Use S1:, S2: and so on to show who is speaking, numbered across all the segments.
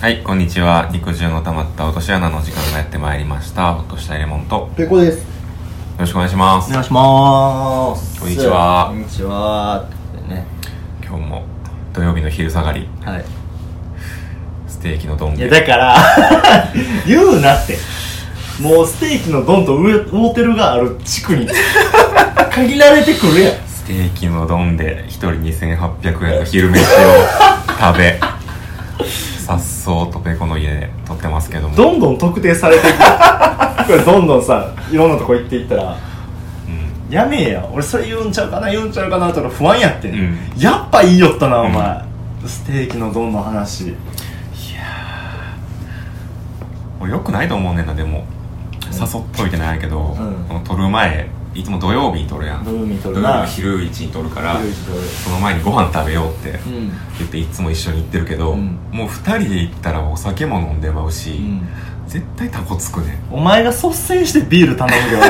S1: はい、こんにちは。肉汁の溜まった落とし穴の時間がやってまいりました。ほっとしたエレモンと、よ
S2: ペコです
S1: ろしくお願いしま
S3: お
S1: す。
S3: 願いします
S1: こんにちは
S3: こんにちはってね
S1: 今日も土曜日の昼下がり、
S3: はい
S1: ステーキの丼
S3: いやだから 言うなってもうステーキのドンと上大テルがある地 区に限られてくるやん
S1: ステーキの丼で、一人2800円の昼飯を食べ、さっそうとペコの家で撮ってますけども。
S3: どんどん特定され ていくこれどんどんさいろんなとこ行っていったら
S1: うん
S3: やめえや俺それ言うんちゃうかな言うんちゃうかなとか不安やって、
S1: うん
S3: やっぱいいよったなお前、ステーキのドンの話
S1: 俺良くないと思うねんな、でも。誘っといてないけど、
S3: うん
S1: この撮る前、いつも土曜日に撮るやん。
S3: ドルに
S1: 土
S3: とる
S1: 曜日の
S3: な
S1: 昼一に撮るから、
S3: 広い人おる
S1: その前にご飯食べようって。
S3: うん
S1: 言っていつも一緒に行ってるけど、
S3: うん
S1: もう2人で行ったらお酒も飲んでまうし、
S3: うん
S1: 絶対タコつくね
S3: お前が率先してビール頼むよな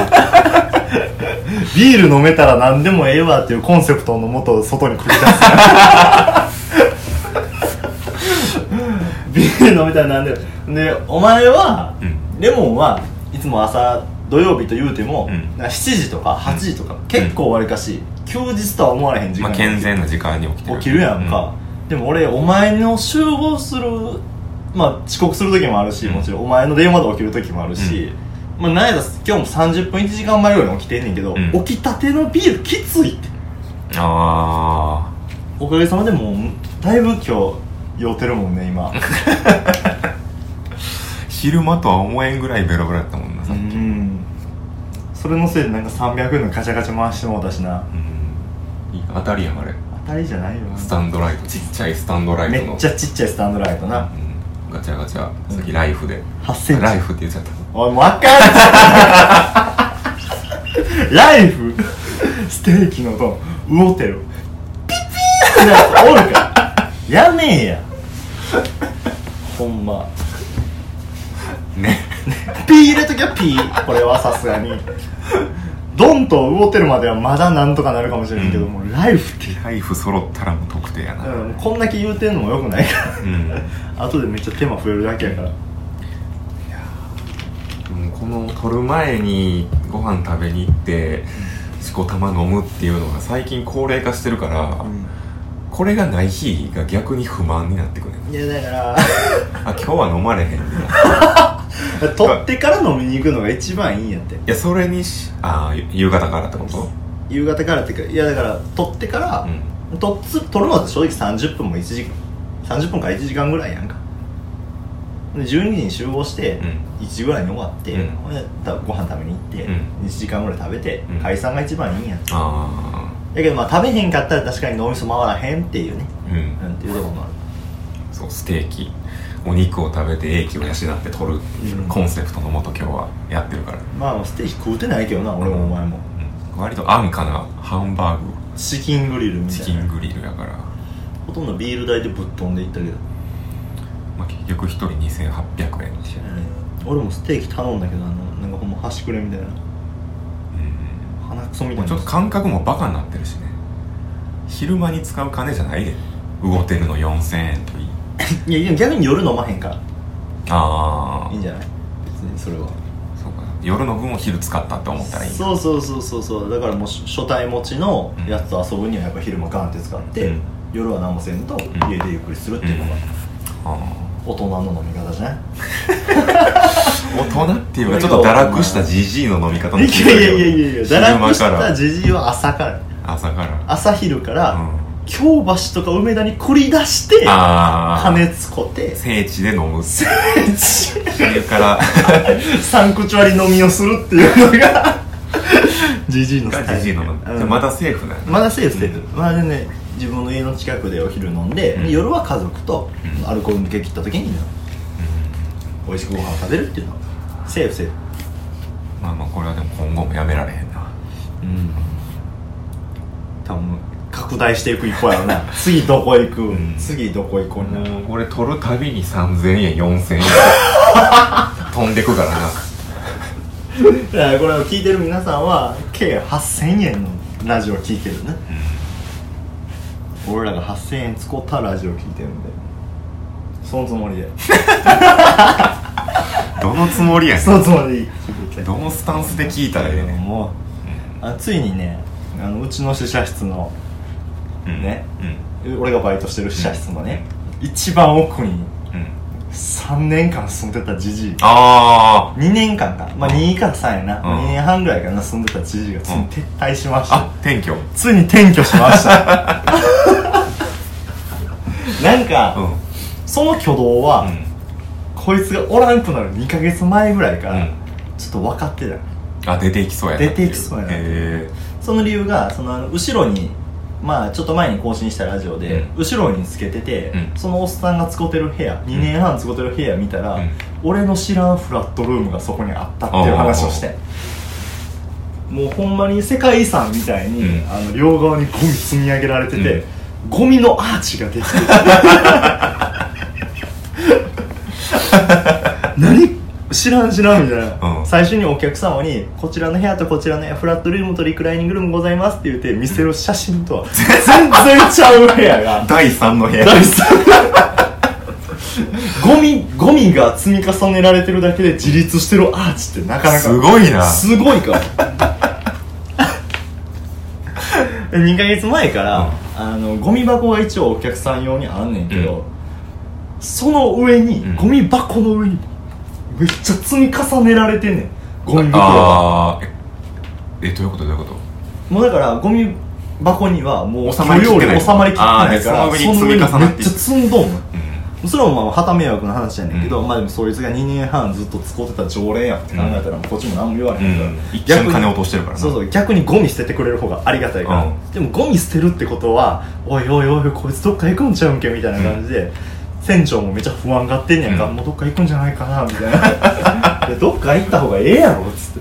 S3: ビール飲めたら何でもええわっていうコンセプトのもと外に繰り出すビール飲めたら何でもでお前は、
S1: うん
S3: レモンはいつも朝土曜日と言うても、
S1: うん
S3: なんか7時とか8時とか、結構わりかし休日とは思われへん時
S1: ま
S3: 間
S1: あ
S3: に
S1: 健全な時間に起きてる
S3: 起きるやんか、でも俺お前の集合するまあ遅刻する時もあるし
S1: うん
S3: もちろんお前の電話で起きる時もあるし、まあなんやったら今日も30分1時間前ぐらいに起きてんねんけど、
S1: うん
S3: 起きたてのビールきついって
S1: うんあ
S3: おかげさまでもうだいぶ今日酔うてるもんね 今
S1: ー昼間とは思えんぐらいベロベロやったもんな
S3: う
S1: さっき、うん
S3: んそれのせいでなんか300円のカチャカチャ回してもうたしな
S1: うんいい当たりやんあれ
S3: 当たりじゃないよ
S1: スタンドライトちっちゃいスタンドライトの
S3: めっちゃちっちゃいスタンドライトな
S1: うんガチャガチャさっきライフで、
S3: 8センチ
S1: ライフって言っちゃった
S3: おい、もうあかん ライフステーキのドン、ウオテル、ピピーってなやつおるから。やめえや。ほんま。
S1: ね
S3: ピー入れときゃピー。これはさすがに。ドンとウオテルまではまだなんとかなるかもしれんけど、
S1: うん
S3: もうライフって。
S1: ライフ揃ったらもう特定や
S3: う
S1: なうん、
S3: ん、こんだけ言うてんのもよくないから。後でめっちゃ手間増えるだけやから。
S1: もうこの撮る前にご飯食べに行ってしこたま飲むっていうのが最近高齢化してるから、これがない日が逆に不満になってくるねん
S3: いや、だから。
S1: あ今日は飲まれへんねん ない
S3: 取ってから飲みに行くのが一番いいんやって
S1: やそれにしああ夕方からってこと
S3: 夕方からっていうかいやだから取ってから、
S1: う
S3: とつ取るのって正直30分も1時間30分から1時間ぐらいやんかで12時に集合して、1時ぐらいに終わって、
S1: うん
S3: ほんでたご飯食べに行って、
S1: うん
S3: 1時間ぐらい食べて、
S1: うん
S3: 解散が一番いいんやって
S1: あ
S3: だけどまあ食べへんかったら確かに脳みそ回らへんっていうね
S1: あうん
S3: うんっていうところもある
S1: そうステーキお肉を食べて英気を養って取る
S3: うん
S1: コンセプトのもと今日はやってるから、
S3: まあステーキ食うてないけどな俺もお前も
S1: うん割と安価なハンバーグ
S3: チキングリルみ
S1: チ
S3: た
S1: キ
S3: いな
S1: ングリルやから、
S3: ほとんどビール代でぶっ飛んでいったけど
S1: まあ、結局1人2800円っていう、
S3: 俺もステーキ頼んだけどあのなんかほんま端くれみたいな鼻くそみ
S1: うん
S3: た
S1: も
S3: いうな
S1: ちょっと感覚もバカになってるしね昼間に使う金じゃないで動てるの4000円といい
S3: いやいや逆に夜飲まへんから
S1: ああ
S3: いいんじゃない別にそれは
S1: そうか夜の分を昼使ったって思ったらいい
S3: そうそうそうそうそうだからもう初初対持ちのやつと遊ぶにはやっぱ昼間ガンって使って、
S1: うん
S3: 夜は何もせんと
S1: ん
S3: 家でゆっくりするっていうのが
S1: あ
S3: 大人の飲み方じゃない
S1: ー大人っていうかちょっと堕落したじじいの飲み方の
S3: いやいやいやいやいやだらけし
S1: 昼間か
S3: た
S1: ら
S3: じじいは朝から
S1: 朝から
S3: 朝昼から、
S1: うん
S3: 京橋とか梅田に繰り出して
S1: あ
S3: 羽
S1: あ
S3: 根つこて
S1: 聖地で飲む昼 から
S3: 三口割り飲みをするっていうのがジジイのスタイル
S1: じじいの飲むじ
S3: うん
S1: ゃあまだセーフなんや
S3: まだセーフセーフまあでね自分の家の近くでお昼飲んで、
S1: うん
S3: 夜は家族と
S1: うん
S3: アルコール抜け切った時に、美味しくご飯を食べるっていうのはセーフセーフ
S1: まあまあこれはでも今後もやめられへんな
S3: うん多分拡大していく一方やろ な次どこ行く、
S1: ん
S3: 次どこ行こうな、
S1: もうこれ取るたびに3000円4000円 飛んでくからな
S3: だからこれを聞いてる皆さんは計8000円のラジオを聞いてるね、俺らが8000円使ったラジオを聞いてるんでそのつもりで
S1: どのつもりやね
S3: そのつもりで聞いて
S1: んどのスタンスで聞いたらええねん
S3: もうあついにねあのうちの試写室の
S1: うん
S3: ね
S1: う
S3: 俺がバイトしてる試写室のね、一番奥に
S1: んうん
S3: 3年間住んでたじじい
S1: あ
S3: 2年間かまあ
S1: うん
S3: 2か3やな、
S1: うん
S3: 2年半ぐらいかな住んでたじじいがついに撤退しまし
S1: あ
S3: た、
S1: あ転居
S3: ついに転居しました なんか、
S1: うん
S3: その挙動は、こいつがおらんくなる2ヶ月前ぐらいから、
S1: うん
S3: ちょっと分かってた
S1: あ出ていきそうやなってい
S3: 出ていきそうやな
S1: へえ
S3: その理由がそのあの後ろにまあちょっと前に更新したラジオで、
S1: う
S3: 後ろにつけてて、
S1: うん
S3: そのおっさんが使ってる部屋2年半使ってる部屋見たら、
S1: うん
S3: 俺の知らんフラットルームがそこにあったっていう話をしてもうほんまに世界遺産みたいに、
S1: うん
S3: あの両側にゴミ積み上げられてて、
S1: うん
S3: ゴミのアーチがで きてて何知らん知らんみたいな、
S1: うん
S3: 最初にお客様にこちらの部屋とこちらの部屋フラットルームとリクライニングルームございますって言って見せる写真とは全然ちゃう部屋 が
S1: 第3の部屋
S3: 大好きゴミゴミが積み重ねられてるだけで自立してるアーチってなかなか
S1: すごいな
S3: すごい から2ヶ月前から、あのゴミ箱が一応お客さん用にあんねんけど、
S1: うん
S3: その上に、
S1: うん
S3: ゴミ箱の上にめっちゃ積み重ねられてんねんゴミ袋が
S1: あーええどういうことどういうこと
S3: もうだからゴミ箱にはもう
S1: 収まりきってない
S3: それより収まりきってないから
S1: あーでその上に積み重なっていく
S3: その上にめっちゃ積んどんの
S1: うん
S3: それもまあ旗迷惑な話やねんけど、
S1: うん
S3: まあでもそいつが2年半ずっと使ってた常連やって考えたら、こっちも何も言われへんから、
S1: うん一瞬金落としてるからな
S3: そうそう逆にゴミ捨ててくれる方がありがたいから、
S1: うん
S3: でもゴミ捨てるってことはおいおいおいこいつどっか行くんちゃうんけみたいな感じで、船長もめっちゃ不安がってんねやんか、
S1: うん
S3: もうどっか行くんじゃないかなみたいないやどっか行った方がええやろっつって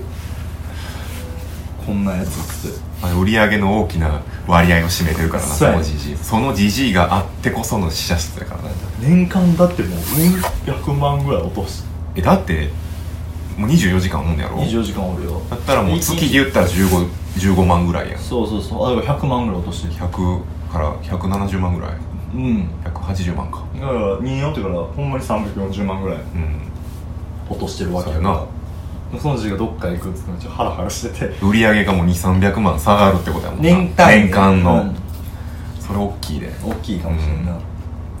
S3: こんなやつっつって
S1: あれ売り上げの大きな割合を占めてるからな
S3: そう
S1: そ
S3: や
S1: の
S3: ね
S1: じじいそのじじいがあってこその死者室だからな
S3: 年間だってもう400万ぐらい落とし
S1: えだってもう24時間おんのやろ
S3: 24時間おるよ
S1: だったらもう月で言ったら 15, 15万ぐらいやん
S3: そうそうそうあだから100万ぐらい落としてる
S1: 100から170万ぐらい
S3: うん
S1: 180万か
S3: だから2年ってからほんまに340万ぐらい
S1: うん
S3: 落としてるわけ
S1: そ
S3: や
S1: う
S3: か
S1: やな
S3: らその時がどっか行くっつってめっちゃハラハラしてて
S1: 売り上げがもう2300万下がるってことやもんな
S3: 年間
S1: 年間の、
S3: うん
S1: それ大きいで
S3: 大きいかもしれんな、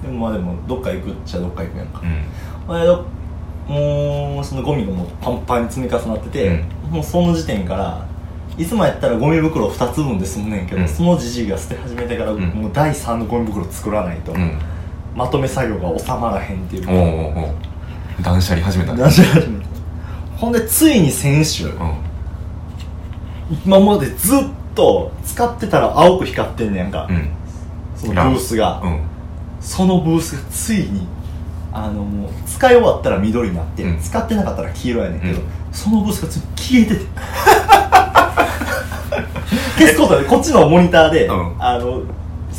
S3: でもまあでもどっか行くっちゃどっか行くやんか
S1: う、ん
S3: まあどもうそのゴミがもうパンパンに積み重なってて、もうその時点からいつもやったらゴミ袋2つ分で済むねんけど、
S1: うん
S3: そのじじいが捨て始めてから、
S1: うん
S3: もう第3のゴミ袋作らないと、
S1: うん
S3: まとめ作業が収まらへんっていう
S1: おうおうおう断捨離始めたね
S3: なし始めた ほんでついに先週、
S1: う
S3: 今までずっと使ってたら青く光ってんねやんか、
S1: んうん
S3: そのブースが、
S1: うん
S3: そのブースがついにあのもう使い終わったら緑になって、
S1: うん
S3: 使ってなかったら黄色やねんけ
S1: う
S3: ど、
S1: ん
S3: そのブースがついに消えてて消すことでこっちのモニターで、
S1: うん
S3: あの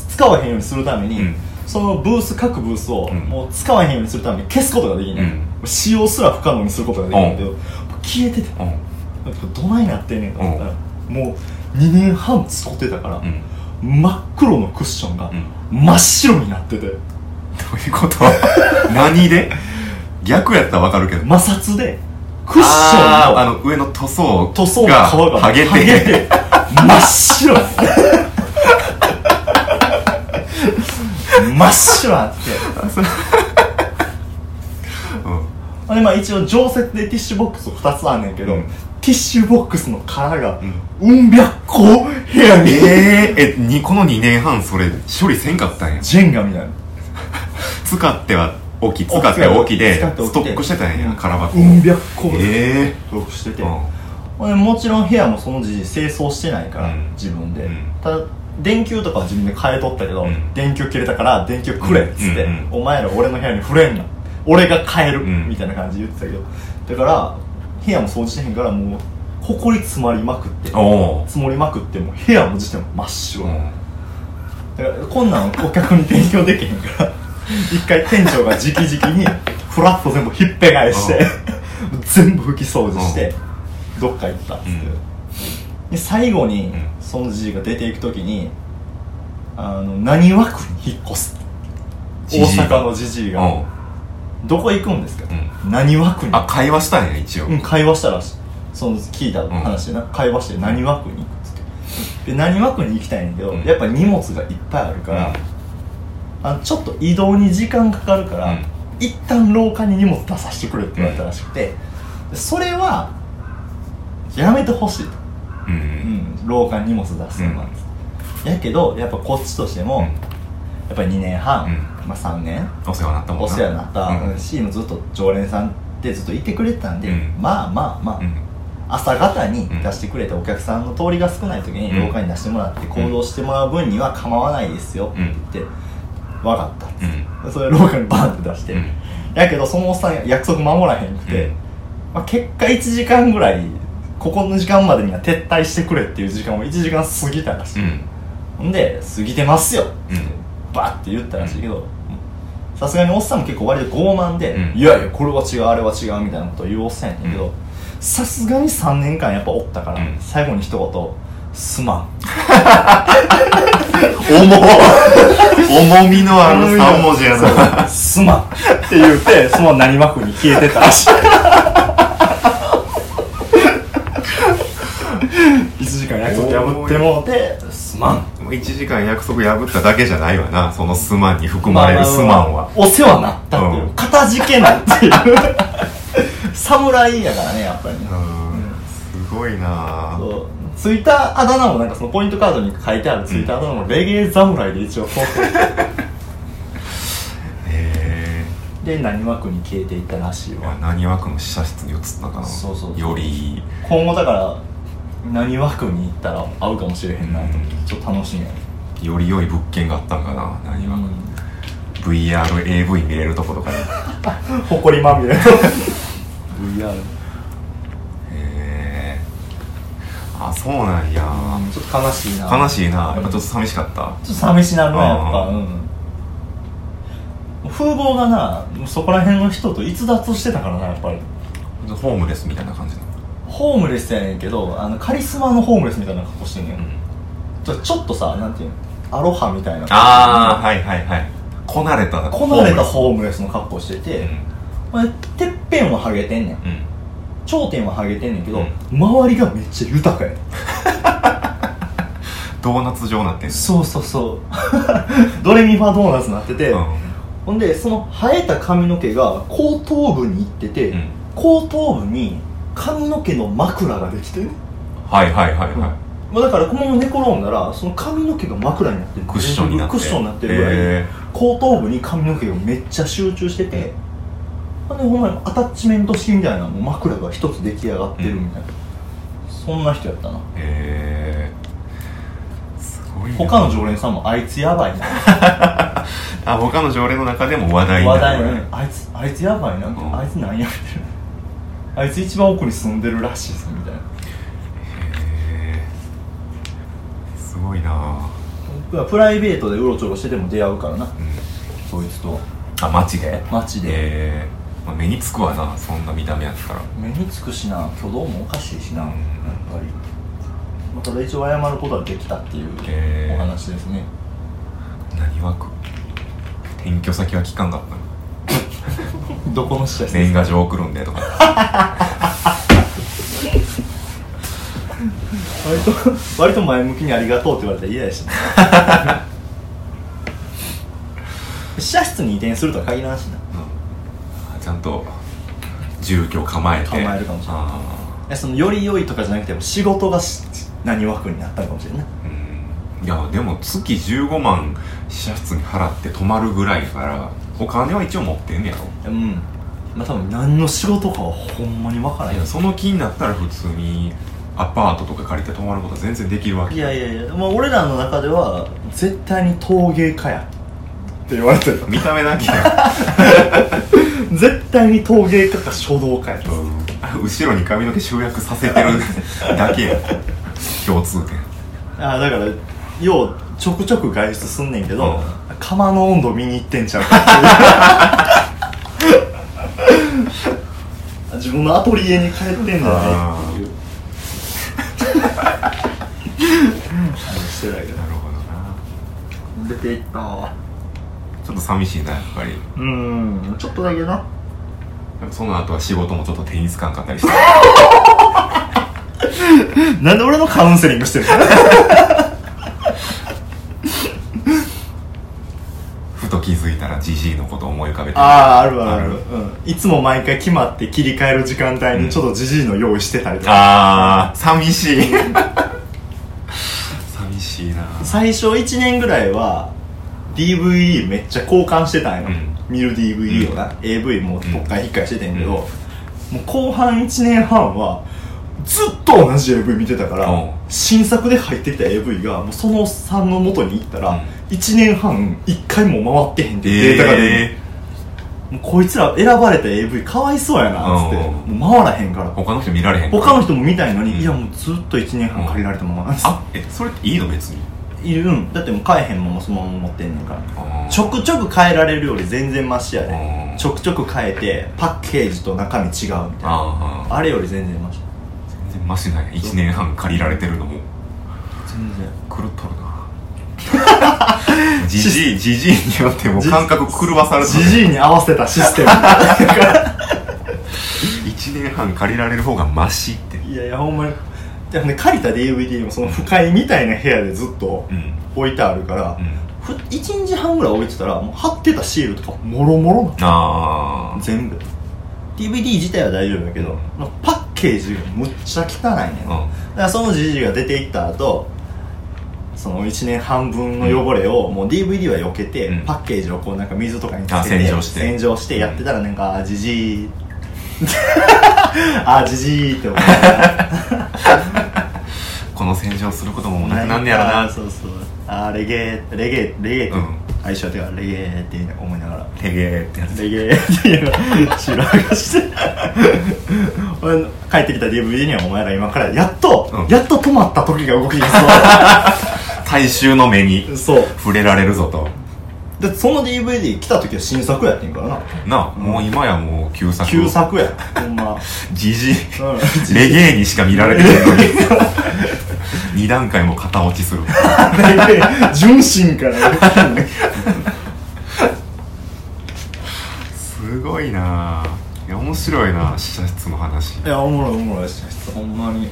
S3: 使わへんようにするために、
S1: うん
S3: そのブース各ブースを
S1: うん
S3: もう使わへんようにするために消すことができない、
S1: うん
S3: 使用すら不可能にすることができないんだけど、もう消えてて
S1: うん
S3: どないなってんねんと思ったら、もう2年半使ってたから、
S1: うん
S3: 真っ黒のクッションが
S1: うん
S3: 真っ白になってて
S1: どういうこと 何で逆やったらわかるけど
S3: 摩擦でクッショ
S1: あ
S3: ン
S1: ーあ
S3: の
S1: の上の塗装
S3: 塗装の皮
S1: が
S3: が
S1: 剥げ
S3: 剥
S1: て
S3: て真っ白に真っ白になってて
S1: うん
S3: あれまあ一応常設でティッシュボックス2つあんねんけど、
S1: うん
S3: ティッシュボックスの殻が
S1: うん
S3: うん百個部屋に、
S1: えー、えにこの2年半それ処理せんかったんや
S3: ジェンガみたいな
S1: 使っては置き使っては置きで
S3: 使って置
S1: ス
S3: きで
S1: トックしてたんや空箱
S3: うん百個
S1: ええ
S3: 登録してて、
S1: うん
S3: ほんでもちろん部屋もその時清掃してないから、
S1: うん
S3: 自分で、
S1: うん
S3: ただ電球とかは自分で変えとったけど、
S1: うん
S3: 電球切れたから電球くれっつって、
S1: うんうん
S3: お前ら俺の部屋に触れんな俺が変える、
S1: うん
S3: みたいな感じで言ってたけどだから部屋も掃除してへんからもう埃詰まりまくって
S1: おう
S3: 積もりまくってもう部屋も自体も真っ白、
S1: うん
S3: だからこんなん顧客に提供できへんから 一回店長が直々にフラッと全部ひっぺ返して全部拭き掃除してどっか行ったっつって、
S1: うん
S3: で最後
S1: う
S3: に
S1: ん
S3: そのじじいが出ていく時にあの何枠に引っ越す
S1: じじい
S3: 大阪のじじいが
S1: う
S3: どこ行くんですか、
S1: う
S3: 何枠に
S1: あ会話したんや一応、
S3: うん、会話したらしいその聞いた話でな、会話して何枠に行くっつってで何枠に行きたいんだけど、
S1: うん
S3: やっぱ荷物がいっぱいあるから、
S1: うん
S3: あのちょっと移動に時間かかるから、
S1: うん
S3: 一旦廊下に荷物出させてくれって言われたらしくて、でそれはやめてほしいと、
S1: う
S3: うんん、廊下に荷物出すのなんです、やけどやっぱこっちとしても、
S1: うん
S3: やっぱり2年半、
S1: う
S3: まあ3年
S1: お世話になったもんな
S3: お世話になった、
S1: うん
S3: しもうずっと常連さんってずっといてくれてたんで、
S1: うん
S3: まあまあまあ、朝方に出してくれてお客さんの通りが少ない時に
S1: うん
S3: 廊下に出してもらって行動してもらう分には構わないですよって言って「分かった」っ
S1: うんう
S3: て
S1: ん
S3: それ廊下にバーンって出して、
S1: うん
S3: やけどそのおっさん約束守らへんくて、
S1: うん
S3: まあ、結果1時間ぐらいここの時間までには撤退してくれっていう時間を1時間過ぎたらしい、
S1: うん
S3: ほんで「過ぎてますよ」って
S1: う
S3: バーって言ったらしいけどさすがにおっさんも結構割と傲慢で、
S1: うん
S3: いやいやこれは違うあれは違うみたいなことを言うおっさんやねんけ
S1: うん
S3: どさすがに3年間やっぱおったから、
S1: うん
S3: 最後に一言「すまん」
S1: 重重みのあの3文字やな
S3: そうすまん」って言うてその何幕に消えてたらしい1時間約束破ってもうて「すまん」
S1: もう1時間約束破っただけじゃないわなその「すまん」に含まれる「すまん」は
S3: お世話になったっていう、
S1: うん
S3: かたじけないっていう 侍やからねやっぱりね
S1: うんすごいなぁ
S3: そうツイッターあだ名もなんかそのポイントカードに書いてあるツイッターあだ名もレゲエ侍で 一応こ
S1: へ
S3: うで何枠に消えていったらしい
S1: えいや
S3: わ
S1: 何枠の試写室に移ったかな
S3: そうそう
S1: より
S3: 今後だから何枠に行ったら合うかもしれへんなと思って、
S1: うん
S3: ちょっと楽しみやね
S1: より良い物件があったんかな何枠 VRAV 見れるとことかに
S3: 誇りまみれ VR
S1: へえあそうなんや
S3: ちょっと悲しいな
S1: 悲
S3: い
S1: しいなやっぱちょっと寂しかった
S3: ちょっと寂しなるなやっぱ
S1: う
S3: うんん風貌がなもうそこら辺の人と逸脱してたからなやっぱり
S1: ホームレスみたいな感じの
S3: ホームレスやねんけどあのカリスマのホームレスみたいな格好してんねん、ちょちょっとさなんていうのアロハみたいな
S1: ああはいはいはいこなれた
S3: こなれた
S1: ー
S3: ホームレスの格好して
S1: ムレス、
S3: てまあてっぺんはハゲてんねん
S1: うんうん
S3: 頂点はハゲてんねんけど、
S1: うん
S3: 周りがめっちゃ豊かやねん
S1: ドーナツ状になってんの
S3: そうそうそう ドレミファドーナツになってて、
S1: うん
S3: ほんでその生えた髪の毛が後頭部に行ってて、
S1: うん
S3: 後頭部に髪の毛の枕ができてる、
S1: はいはいはいは
S3: まあ、だからこのまま寝転んだらその髪の毛が枕になってる
S1: いクッションになって
S3: クッションになってるぐらい、
S1: へ
S3: 後頭部に髪の毛がめっちゃ集中してて、ほんでほんまにアタッチメント式みたいなもう枕が一つ出来上がってるみたいな、そんな人やったな
S1: えへえすごいな
S3: 他の常連さんもあいつやばいな
S1: あ他の常連の中でも話題にな
S3: 話
S1: る
S3: 題にあいつあいつやばいな、
S1: うん
S3: あいつなんやみたいなあいつ一番奥に住んでるらしいぞみたいな
S1: へえすごいな
S3: 僕はプライベートでうろちょろしてても出会うからな
S1: うん
S3: そいつと
S1: あ街で
S3: 街で、
S1: ええまあ、目につくわなそんな見た目やったら
S3: 目につくしな挙動もおかしいしな、
S1: うん
S3: やっぱりまあただ一応謝ることはできたっていう
S1: へー
S3: お話ですね、
S1: 何枠転居先は聞かんかったの
S3: どこの試合
S1: 年賀状送るんでとか
S3: 割と割と 前向きにありがとうって言われたら嫌やしな 試合室に移転するとは限らんしな
S1: うんちゃんと住居構えて
S3: 構えるかもしれない
S1: あ
S3: えそのより良いとかじゃなくても仕事がし何枠になったのかもしれんない
S1: ーうんいやでも月15万支出に払って泊まるぐらいからお金は一応持ってんねやろ
S3: うんまあ多分何の仕事かはほんまに分からへ
S1: い
S3: ん
S1: やその気になったら普通にアパートとか借りて泊まることは全然できるわけ
S3: いやいやいや、まあ、俺らの中では絶対に陶芸家やって言われてる
S1: 見た目だけや
S3: 絶対に陶芸家か書道家やと
S1: うん後ろに髪の毛集約させてるだけ や共通点
S3: ああだからようちょくちょく外出すんねんけど、
S1: う
S3: 窯の温度見に行ってんちゃうか っていう自分のアトリエに帰ってんじゃないっていうあのしてないけど
S1: なるほどな
S3: 出ていったわ
S1: ちょっと寂しいなやっぱりや
S3: うんちょっとだけな
S1: っぱその後は仕事もちょっと手につかんかった りして
S3: なんで俺のカウンセリングしてるの
S1: ふと気づいたらジジイのことを思い浮かべて
S3: あああるある
S1: ある
S3: うん、いつも毎回決まって切り替える時間帯にちょっとじじいの用意してたりとか、
S1: あー寂しい 寂しいな
S3: 最初1年ぐらいは DVD めっちゃ交換してたんよ、
S1: うん
S3: 見る DVD をな、AV も特回引っかえしててんけど、もう後半1年半はずっと同じ AV 見てたから、
S1: うん
S3: 新作で入ってきた AV がもうそのおっさんの元に行ったら、
S1: うん
S3: 1年半1回も回ってへんっていうデータが出る、
S1: え
S3: もうこいつら選ばれた AV かわいそうやなっつって、
S1: う
S3: もう回らへんから
S1: ー、他の人見られへん
S3: 他の人も見たいのに、
S1: うん
S3: いやもうずっと1年半借りられたままなんです、
S1: あえそれっていいの別に
S3: いるんだってもう買えへんままそのまま持ってんねんから
S1: あー
S3: ちょくちょく変えられるより全然マシやで
S1: あー
S3: ちょくちょく変えてパッケージと中身違うみたいなあ
S1: あ
S3: れより全然マシ
S1: あ全然マシない1年半借りられてるのも
S3: 全然
S1: 狂っとる なジジイジジイによってもう感覚狂わされて
S3: じじいに合わせたシステム
S1: 1年半借りられる方がマシって
S3: いやいやほんまにでほんで借りた DVD もその不快みたいな部屋でずっと
S1: うん
S3: 置いてあるから
S1: う、ん
S3: ふ1日半ぐらい置いてたらもう貼ってたシールとかもろもろな
S1: あ
S3: 全部 DVD 自体は大丈夫だけどパッケージがむっちゃ汚
S1: あ
S3: いね、ん、だからそのじじいが出ていった後その1年半分の汚れを、もう DVD は避けて、
S1: うん
S3: パッケージをこうなんか水とかにつ
S1: あ
S3: けて
S1: 洗浄して
S3: 洗浄してやってたらなんかあじじい あじじいって思う
S1: この洗浄することももうなくなんねやろ
S3: んか
S1: な
S3: そうそうあレゲエレゲエレゲエって、
S1: うん
S3: 相性ではレゲエって思いながら
S1: ヘゲーってやつ
S3: レゲエっていうのを知らかして俺の帰ってきた DVD にはお前ら今からやっと、
S1: うん
S3: やっと止まった時が動きに
S1: 大衆の目に
S3: そうそう
S1: 触れられるぞと
S3: だってその DVD 来た時は新作やってんからな
S1: なあ、
S3: うん
S1: もう今やもう旧作
S3: 旧作やほんま、
S1: ジジイ
S3: うん
S1: レゲエにしか見られてない のに2段階も型落ちする
S3: 純真から動きに
S1: すごいないや面白いな試写室の話
S3: いやおもろいおもろいしほんまに、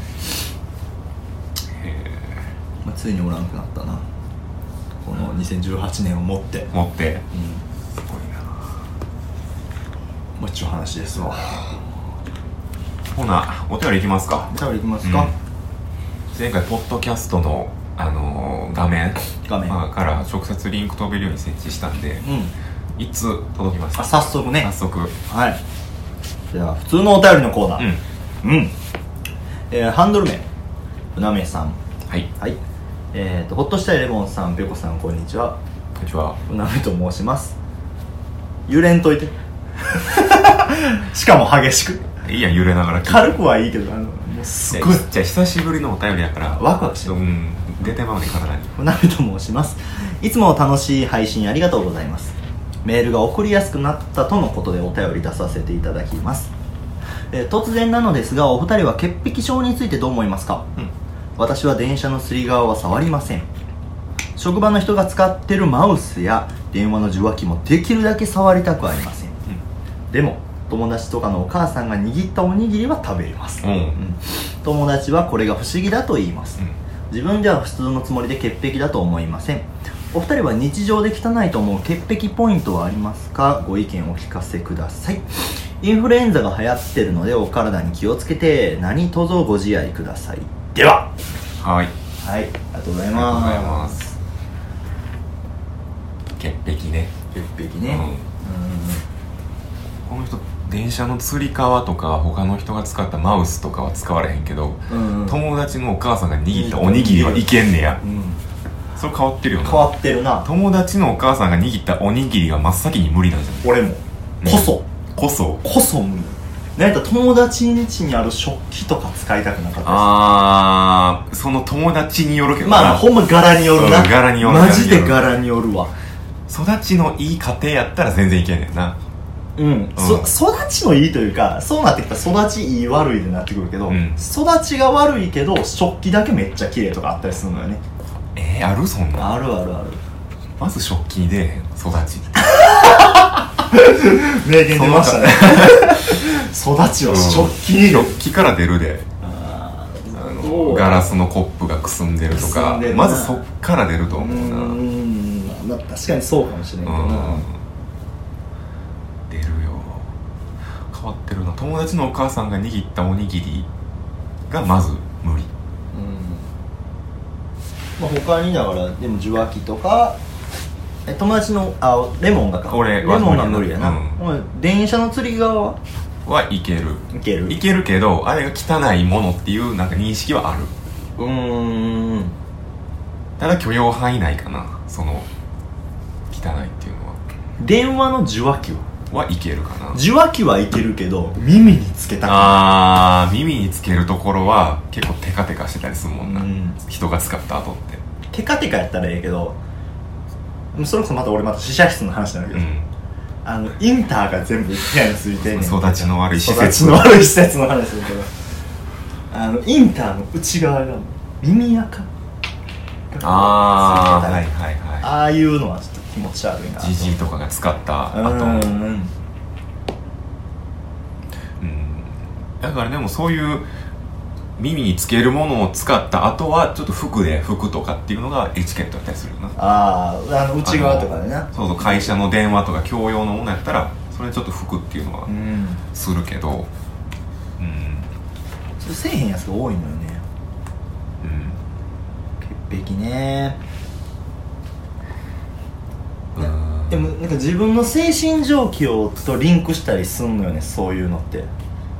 S3: まあ、ついにおらんくなったなこの2018年をもって
S1: 持って
S3: うん
S1: すごいな
S3: もう一丁話ですわ
S1: ほなお便りいきますか
S3: 食べいきますか、
S1: 前回ポッドキャストの、あのー画面
S3: 画面
S1: まあから直接リンク飛べるように設置したんで
S3: うん
S1: いつ届きまし
S3: あ
S1: た
S3: 早速ね
S1: 早速うん
S3: はいじゃあ普通のお便りのコーナーうん、えーハンドル名うなめさん
S1: はい
S3: はいえっ、とほっとしたいレモンさんぺこさんこんにちは
S1: こんにちは
S3: うなめと申します揺れんとい てしかも激しく
S1: いいやん揺れながら聞いて
S3: 軽くはいいけどあのもうすっごい
S1: じゃあ久しぶりのお便りやから
S3: ワクワクしてる
S1: うん出てまうね体に
S3: うなみと申しますいつも楽しい配信ありがとうございますメールが送りやすくなったとのことでお便り出させていただきます、えー突然なのですがお二人は潔癖症についてどう思いますか、
S1: うん
S3: 私は電車のすり側は触りません職場の人が使ってるマウスや電話の受話器もできるだけ触りたくありません、でも友達とかのお母さんが握ったおにぎりは食べれます、
S1: うん
S3: うん友達はこれが不思議だと言います、自分では普通のつもりで潔癖だと思いませんお二人は日常で汚いと思う潔癖ポイントはありますかご意見お聞かせくださいインフルエンザが流行ってるのでお体に気をつけて何卒ご自愛くださいでは
S1: はいあり
S3: はいありがとうござい
S1: がとうござい
S3: ま
S1: ますす潔癖ね
S3: 潔癖ね
S1: この人電車のつり革とか他の人が使ったマウスとかは使われへんけど
S3: うんうん、うん
S1: 友達のお母さんが握ったおにぎりはいけんねやそれ変わってるよ
S3: 変
S1: な
S3: わってるな
S1: 友達のお母さんが握ったおにぎりが真っ先に無理なんじゃない
S3: 俺も
S1: うん
S3: こそ
S1: こそ
S3: こそ無理なんやったら友達ん家にある食器とか使いたくなかったです
S1: あーその友達によるけどな
S3: まあほんま柄によるな
S1: そう柄による
S3: マジで柄によるわ
S1: 育ちのいい家庭やったら全然いけんねんな
S3: うん、
S1: うん
S3: そ育ちのいいというかそうなってきたら育ちいい悪いでなってくるけど、
S1: うん
S3: 育ちが悪いけど食器だけめっちゃ綺麗とかあったりするのよね
S1: えー、あるそんなん
S3: あるあるある
S1: まず食器に出えへん育ち
S3: 名言出ましたね育ちは食器に出る
S1: 食器から出るであのガラスのコップがくすんでると
S3: くす
S1: か
S3: んでるな
S1: まずそっから出ると
S3: う
S1: 思うなうん
S3: んまあ確かにそうかもしれんけどな
S1: 出るよ変わってるな友達のお母さんが握ったおにぎりがまず無理
S3: まあ、他にだからでも受話器とかえ友達のあレモンがか
S1: 俺
S3: レ
S1: は
S3: モンが無理やな、
S1: うん
S3: お前電車の釣り側は
S1: はいける
S3: いける
S1: いけるけどあれが汚いものっていうなんか認識はある
S3: うーん
S1: ただ許容範囲内かなその汚いっていうの
S3: 電話の受話器は
S1: ははいけるかな
S3: 受話器はいけるけど耳につけたくない
S1: あー耳につけるところは結構テカテカしてたりするもんな、
S3: うん
S1: 人が使った後って
S3: テカテカやったらええけどでもそれこそまた俺また試写室の話になるけ
S1: う
S3: ど、
S1: ん
S3: あのインターが全部部屋についてんねん
S1: 育ちの悪い施設
S3: 育ちの悪い施設の話だけどあのインターの内側が耳垢
S1: ああ
S3: ついてた
S1: はい
S3: り
S1: はいは
S3: ああいうのはちょっと気持ち悪いない
S1: じじいとかが使った後
S3: う
S1: う
S3: ん
S1: ん
S3: うん
S1: だからでもそういう耳につけるものを使った後はちょっと服で服とかっていうのがエチケットだったりするよな
S3: あーあの内側とかでな
S1: そうそう会社の電話とか共用のものやったらそれちょっと服っていうのは
S3: うん
S1: するけどうん
S3: ちょっとせえへんやつが多いのよね潔癖ね
S1: うんうん
S3: でもなんか自分の精神状況とリンクしたりすんのよねそういうのって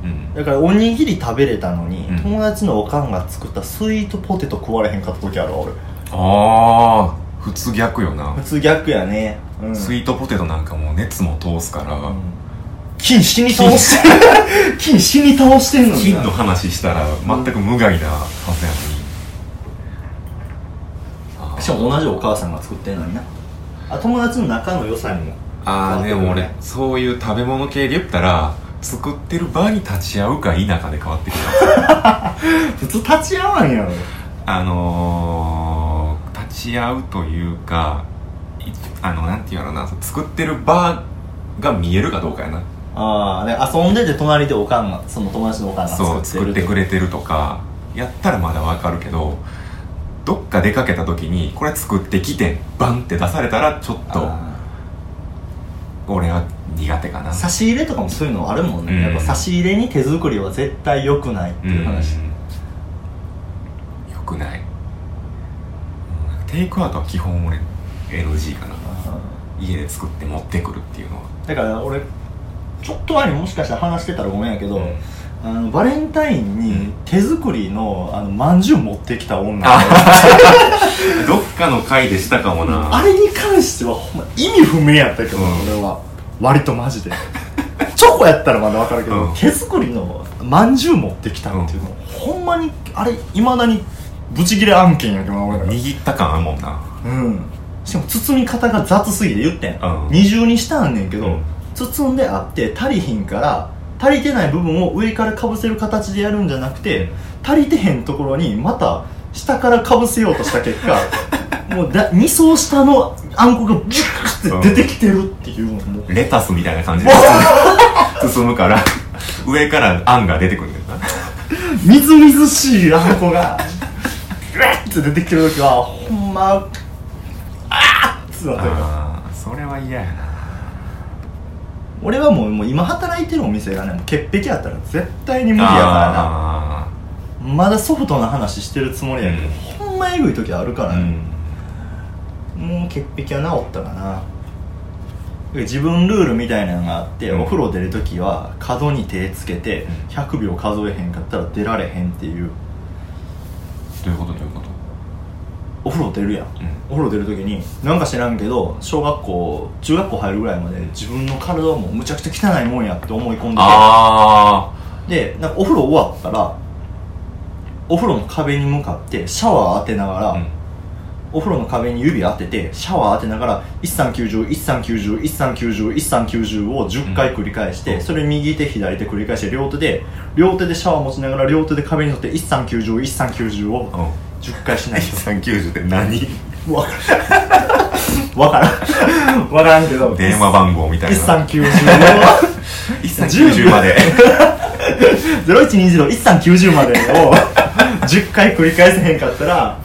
S1: うん
S3: だからおにぎり食べれたのに、
S1: うん
S3: 友達のおかんが作ったスイートポテト食われへんかった時あるわ俺
S1: ああ普通逆よな
S3: 普通逆やね、うん、
S1: スイートポテトなんかもう熱も通すから、
S3: うん金死に倒してる金死に倒してんのに
S1: 金
S3: な
S1: の話したら全く無害なはずやのに、あー
S3: しかも同じお母さんが作ってんのになあ友達の仲の良さにも
S1: あーでも俺
S3: 変わってくるね
S1: そういう食べ物系で言ったら作ってる場に立ち会うか否かで変わってくる
S3: 普通立ち会わんやろ
S1: あのー、立ち会うというかいあのなんていうのかな作ってる場が見えるかどうかやな
S3: ああ遊んでて隣でおかんがその友達のおかん
S1: そ
S3: が
S1: う作
S3: 作ってる
S1: ってくれてるとかやったらまだわかるけどどっか出かけた時にこれ作ってきてバンって出されたらちょっと
S3: あ
S1: 俺は苦手かな
S3: ー差し入れとかもそういうのあるもんね、
S1: うん
S3: やっぱ差し入れに手作りは絶対良くないっていう話、
S1: うんよくないうんなんかテイクアウトは基本俺 NG かな
S3: あ
S1: 家で作って持ってくるっていうのは
S3: ーだから俺ちょっと前にもしかしたら話してたらごめんやけど、
S1: うん
S3: あのバレンタイン
S1: う
S3: に
S1: ん
S3: 手作りのあのまんじゅう持ってきた女が
S1: どっかの回でしたかも
S3: あ
S1: な
S3: れに関してはほんま意味不明やったけど、
S1: うん
S3: 俺は割とマジでチョコやったらまだわかるけど、
S1: うん
S3: 手作りのまんじゅう持ってきたっていうの、ほんまにあれいまだにブチギレ案件やけどな俺ら
S1: 握った感あるもんな
S3: うんしかも包み方が雑すぎて言ってん、
S1: うん
S3: 二重にしたんねんけど、
S1: うん
S3: 包んであって足りひんから足りてない部分を上からかぶせる形でやるんじゃなくて足りてへんところにまた下からかぶせようとした結 果もうだ2層下のあんこがビュッて出てきてるっていうのもう
S1: レタスみたいな感じで進むから上からあんが出てくるんだよな
S3: みずみずしいあんこがビュッて出てきてる時はほんまああっつなったよ
S1: あーそれは嫌やな
S3: 俺はもうもう今働いてるお店がねもう潔癖やったら絶対に無理やか
S1: あ
S3: らなまだソフトな話してるつもりやけど、
S1: うん
S3: ほんまえぐい時あるから
S1: ー
S3: ね、もう潔癖は治ったかな自分ルールみたいなのがあって、
S1: うん
S3: お風呂出る時は角に手つけて
S1: うん
S3: 100秒数えへんかったら出られへんっていう
S1: どういうことどういうこと
S3: お風呂出るやん
S1: うん
S3: お風呂出る時になんか知らんけど小学校中学校入るぐらいまで自分の体はもうむちゃくちゃ汚いもんやって思い込んでて
S1: あ
S3: でなんかお風呂終わったらお風呂の壁に向かってシャワー当てながら、
S1: あ
S3: お風呂の壁に指当ててシャワー当てながら1390139013901390を10回繰り返して、
S1: うん
S3: それ右手左手繰り返して両手で両手でシャワー持ちながら両手で壁に沿って13901390を
S1: うん
S3: 10回しないと
S1: 390って何
S3: 分かる わからんわからんけど
S1: 電話番号みたいな
S3: 1390
S1: 1390まで
S3: 0120-1390まで を10回繰り返せへんかったら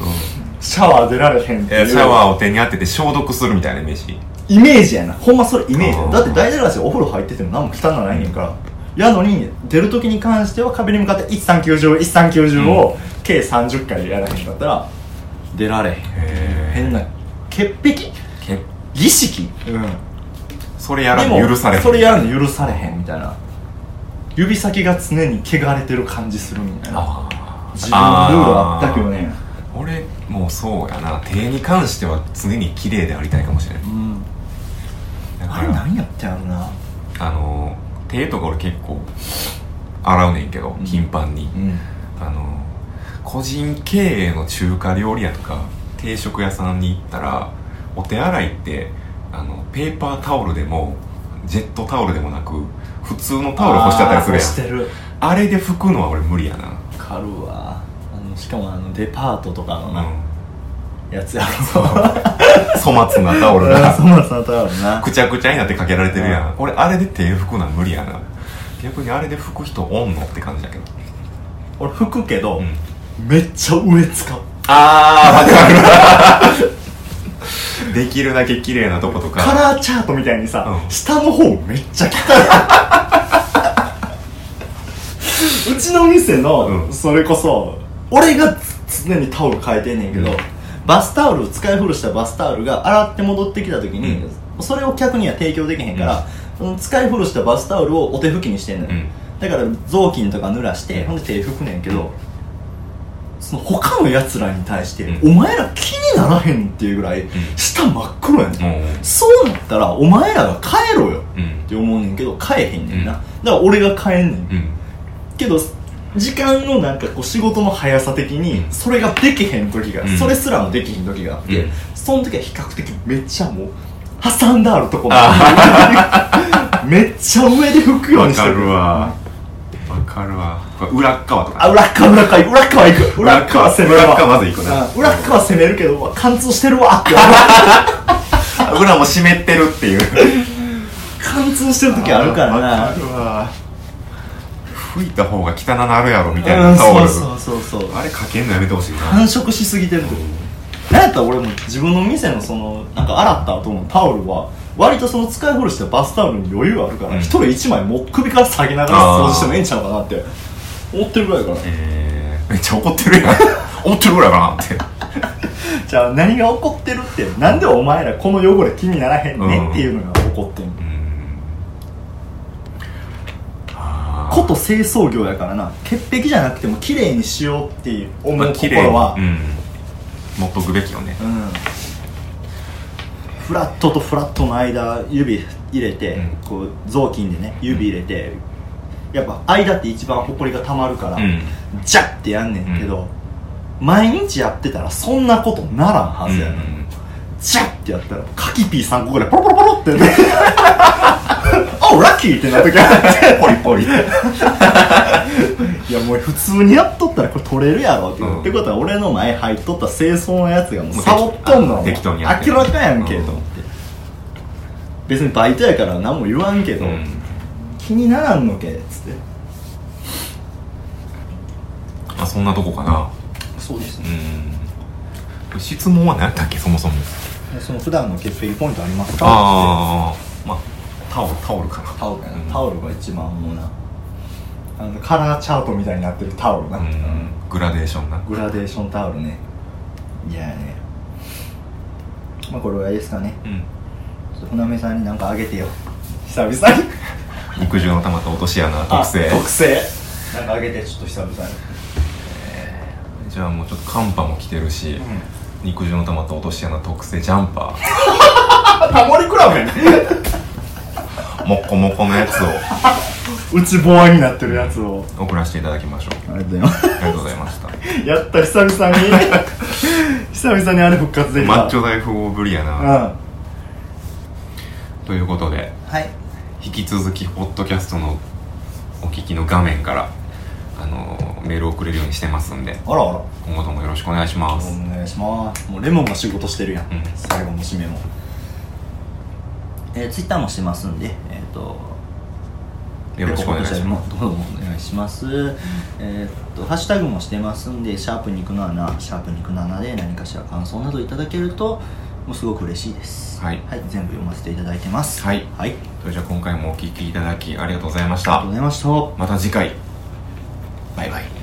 S3: シャワー出られへんって
S1: え
S3: い
S1: ー
S3: う
S1: シャワーを手に当てて消毒するみたいなイメージ
S3: イメージやなほんまそれイメージや
S1: うん
S3: だって大体の話お風呂入ってても何も汚ないねんからやのに出る時に関しては壁に向かって1390 1390を計30回やらへんかったら出られへん
S1: へ
S3: 変な潔癖
S1: え
S3: 儀式うん
S1: それやらん許されへん
S3: それやるの許されへんみたいな指先が常に汚れてる感じするみたいな
S1: あー
S3: 自分のルールあったけどね
S1: 俺もうそうやな手に関しては常に綺麗でありたいかもしれない
S3: うん
S1: だ
S3: あ
S1: か
S3: れ
S1: ら
S3: 何やってやるな
S1: あの手とか俺結構洗うねんけど
S3: うん
S1: 頻繁に、
S3: ん
S1: あの個人経営の中華料理屋とか定食屋さんに行ったらお手洗いってあのペーパータオルでもジェットタオルでもなく普通のタオル干してあったりするやん
S3: 干してる
S1: あれで拭くのは俺無理やな、
S3: わかるわあのしかもあのデパートとかのな
S1: う
S3: やつやろ そう
S1: ん、粗末なタオル
S3: ん
S1: が
S3: そうなんそうだろうな
S1: くちゃくちゃになってかけられてるやん、俺あれで手拭くのは無理やな逆にあれで拭く人おんのって感じだけど、
S3: 俺拭くけど
S1: うん、
S3: めっちゃ上使う
S1: あーわかるできるだけ綺麗なとこと
S3: カ
S1: か
S3: ラーチャートみたいにさ
S1: うん
S3: 下の方めっちゃ 汚いうちの店
S1: う
S3: の
S1: ん
S3: それこそ俺が常にタオル変えてんねんけど
S1: うん
S3: バスタオル使い古したバスタオルが洗って戻ってきた時にそれを客には提供できへんからその使い古したバスタオルをお手拭きにしてんのよ
S1: うん
S3: だから雑巾とか濡らしてほんで手拭くねんけどその他のやつらに対して「
S1: う
S3: お前ら気にならへん」っていうぐらい下真っ黒やねん
S1: もう
S3: そうなったらお前らが帰ろよ
S1: うん
S3: って思うねんけど帰へんねんな、
S1: うん
S3: だから俺が帰んね
S1: う
S3: ん、
S1: ん
S3: けど時間のなんかこう仕事の速さ的に
S1: うん
S3: それができへん時が、
S1: うん
S3: それすらもできへん時があって、
S1: うん
S3: その時は比較的めっちゃもう挟んであるとこ めっちゃ上で拭くよう
S1: わ
S3: にして
S1: かるわわかるわ裏っ側とか
S3: あ裏っ側裏っ側裏っ側行く裏っ側攻めるわ
S1: 裏っ側まず行くな
S3: うん裏っ側攻めるけどうわ貫通してるわって思う
S1: 裏も湿ってるっていう
S3: 貫通してる時あるからな
S1: わかるわ吹いた方が汚なるやろみたい
S3: うん
S1: なタオル
S3: そうそうそうそう
S1: あれかけんのやめてほしいな
S3: 繁殖しすぎてるなんやったら俺も自分の店のそのなんか洗った後のタオルは割とその使い古したバスタオルに余裕があるから
S1: うん
S3: 一、人一枚もう首から下げながら掃除してもええんちゃうかなって思ってるぐらいから
S1: えーめっちゃ怒ってる やん怒ってるぐらいかなって
S3: じゃあ何が起こってるってなんでお前らこの汚れ気にならへんねんっていうのが起こってんの、
S1: うんあ
S3: こと清掃業やからな潔癖じゃなくても綺麗にしようっていう
S1: ー
S3: 思
S1: まあ
S3: う
S1: 綺麗
S3: 心は、
S1: うん持っとくべきよね
S3: うんフラットとフラットの間指入れて、
S1: うん
S3: こう雑巾でね指入れて、やっぱ間って一番ホコリがたまるから、
S1: うん
S3: ジャッてやんねんけど、毎日やってたらそんなことならんはずやね、んジャッてやったらカキピー3個ぐらいポロポロポロって ねおラッキーってな る時あって
S1: ポリポリ
S3: いやもう普通にやっとったらこれ取れるやろって,、
S1: うん
S3: ってことは俺の前入っとった清掃のやつがもうサボっとんの
S1: 適当にやってる
S3: 明らかやんけ、
S1: うん
S3: と思って別にバイトやから何も言わんけど、
S1: うん
S3: 気にならんのけっつって
S1: まあそんなとこかな
S3: そうです
S1: うん質問は何やったっけそもそも
S3: その普段の潔癖ポイントありますか
S1: ああまあタオルタオルかな
S3: タオルやな、
S1: うん
S3: タオルが一番もうなあのカラーチャートみたいになってるタオルな、
S1: うんグラデーションな
S3: グラデーションタオルねいやねまあこれはあれですかね
S1: うん
S3: ちょっと船目さんに何かあげてよ久々に
S1: 肉汁の玉と落とし穴
S3: あ
S1: 特製
S3: 特製なんかあげてちょっと久々に
S1: じゃあもうちょっと寒波も来てるし、
S3: ん
S1: 肉汁の玉と落とし穴特製ジャンパ
S3: あタモリクラブ やね
S1: ーもっこもこのやつ
S3: うちボアになってるやつを
S1: を 送らせていただきましょう
S3: ありがとうございます
S1: ありがとうございました
S3: やった久 々に久々にあれ復活できた
S1: マッチョ大富豪ぶりや
S3: うん
S1: な
S3: は
S1: ということで
S3: い
S1: 引き続きポッドキャストのお聞きの画面からあのメールを送れるようにしてますんで
S3: あらあら
S1: 今後ともよろしくお願いしま
S3: お
S1: す
S3: 願いしますもうレモンが仕事してるやん、
S1: うん
S3: 最後の締めもえー、ツイッターもしてますんでえっ、と
S1: よろしくお願いします
S3: どうもお願いしますえっとハッシュタグもしてますんで「シャープ肉の穴」「シャープ肉の穴」で何かしら感想などいただけるともうすごく嬉しいです
S1: はい
S3: 全部読ませていただいてます
S1: はい
S3: はい、あり
S1: それじゃあ今回もお聞きいただきありがとうございまし
S3: が
S1: た
S3: とうございました
S1: また次回バイバイ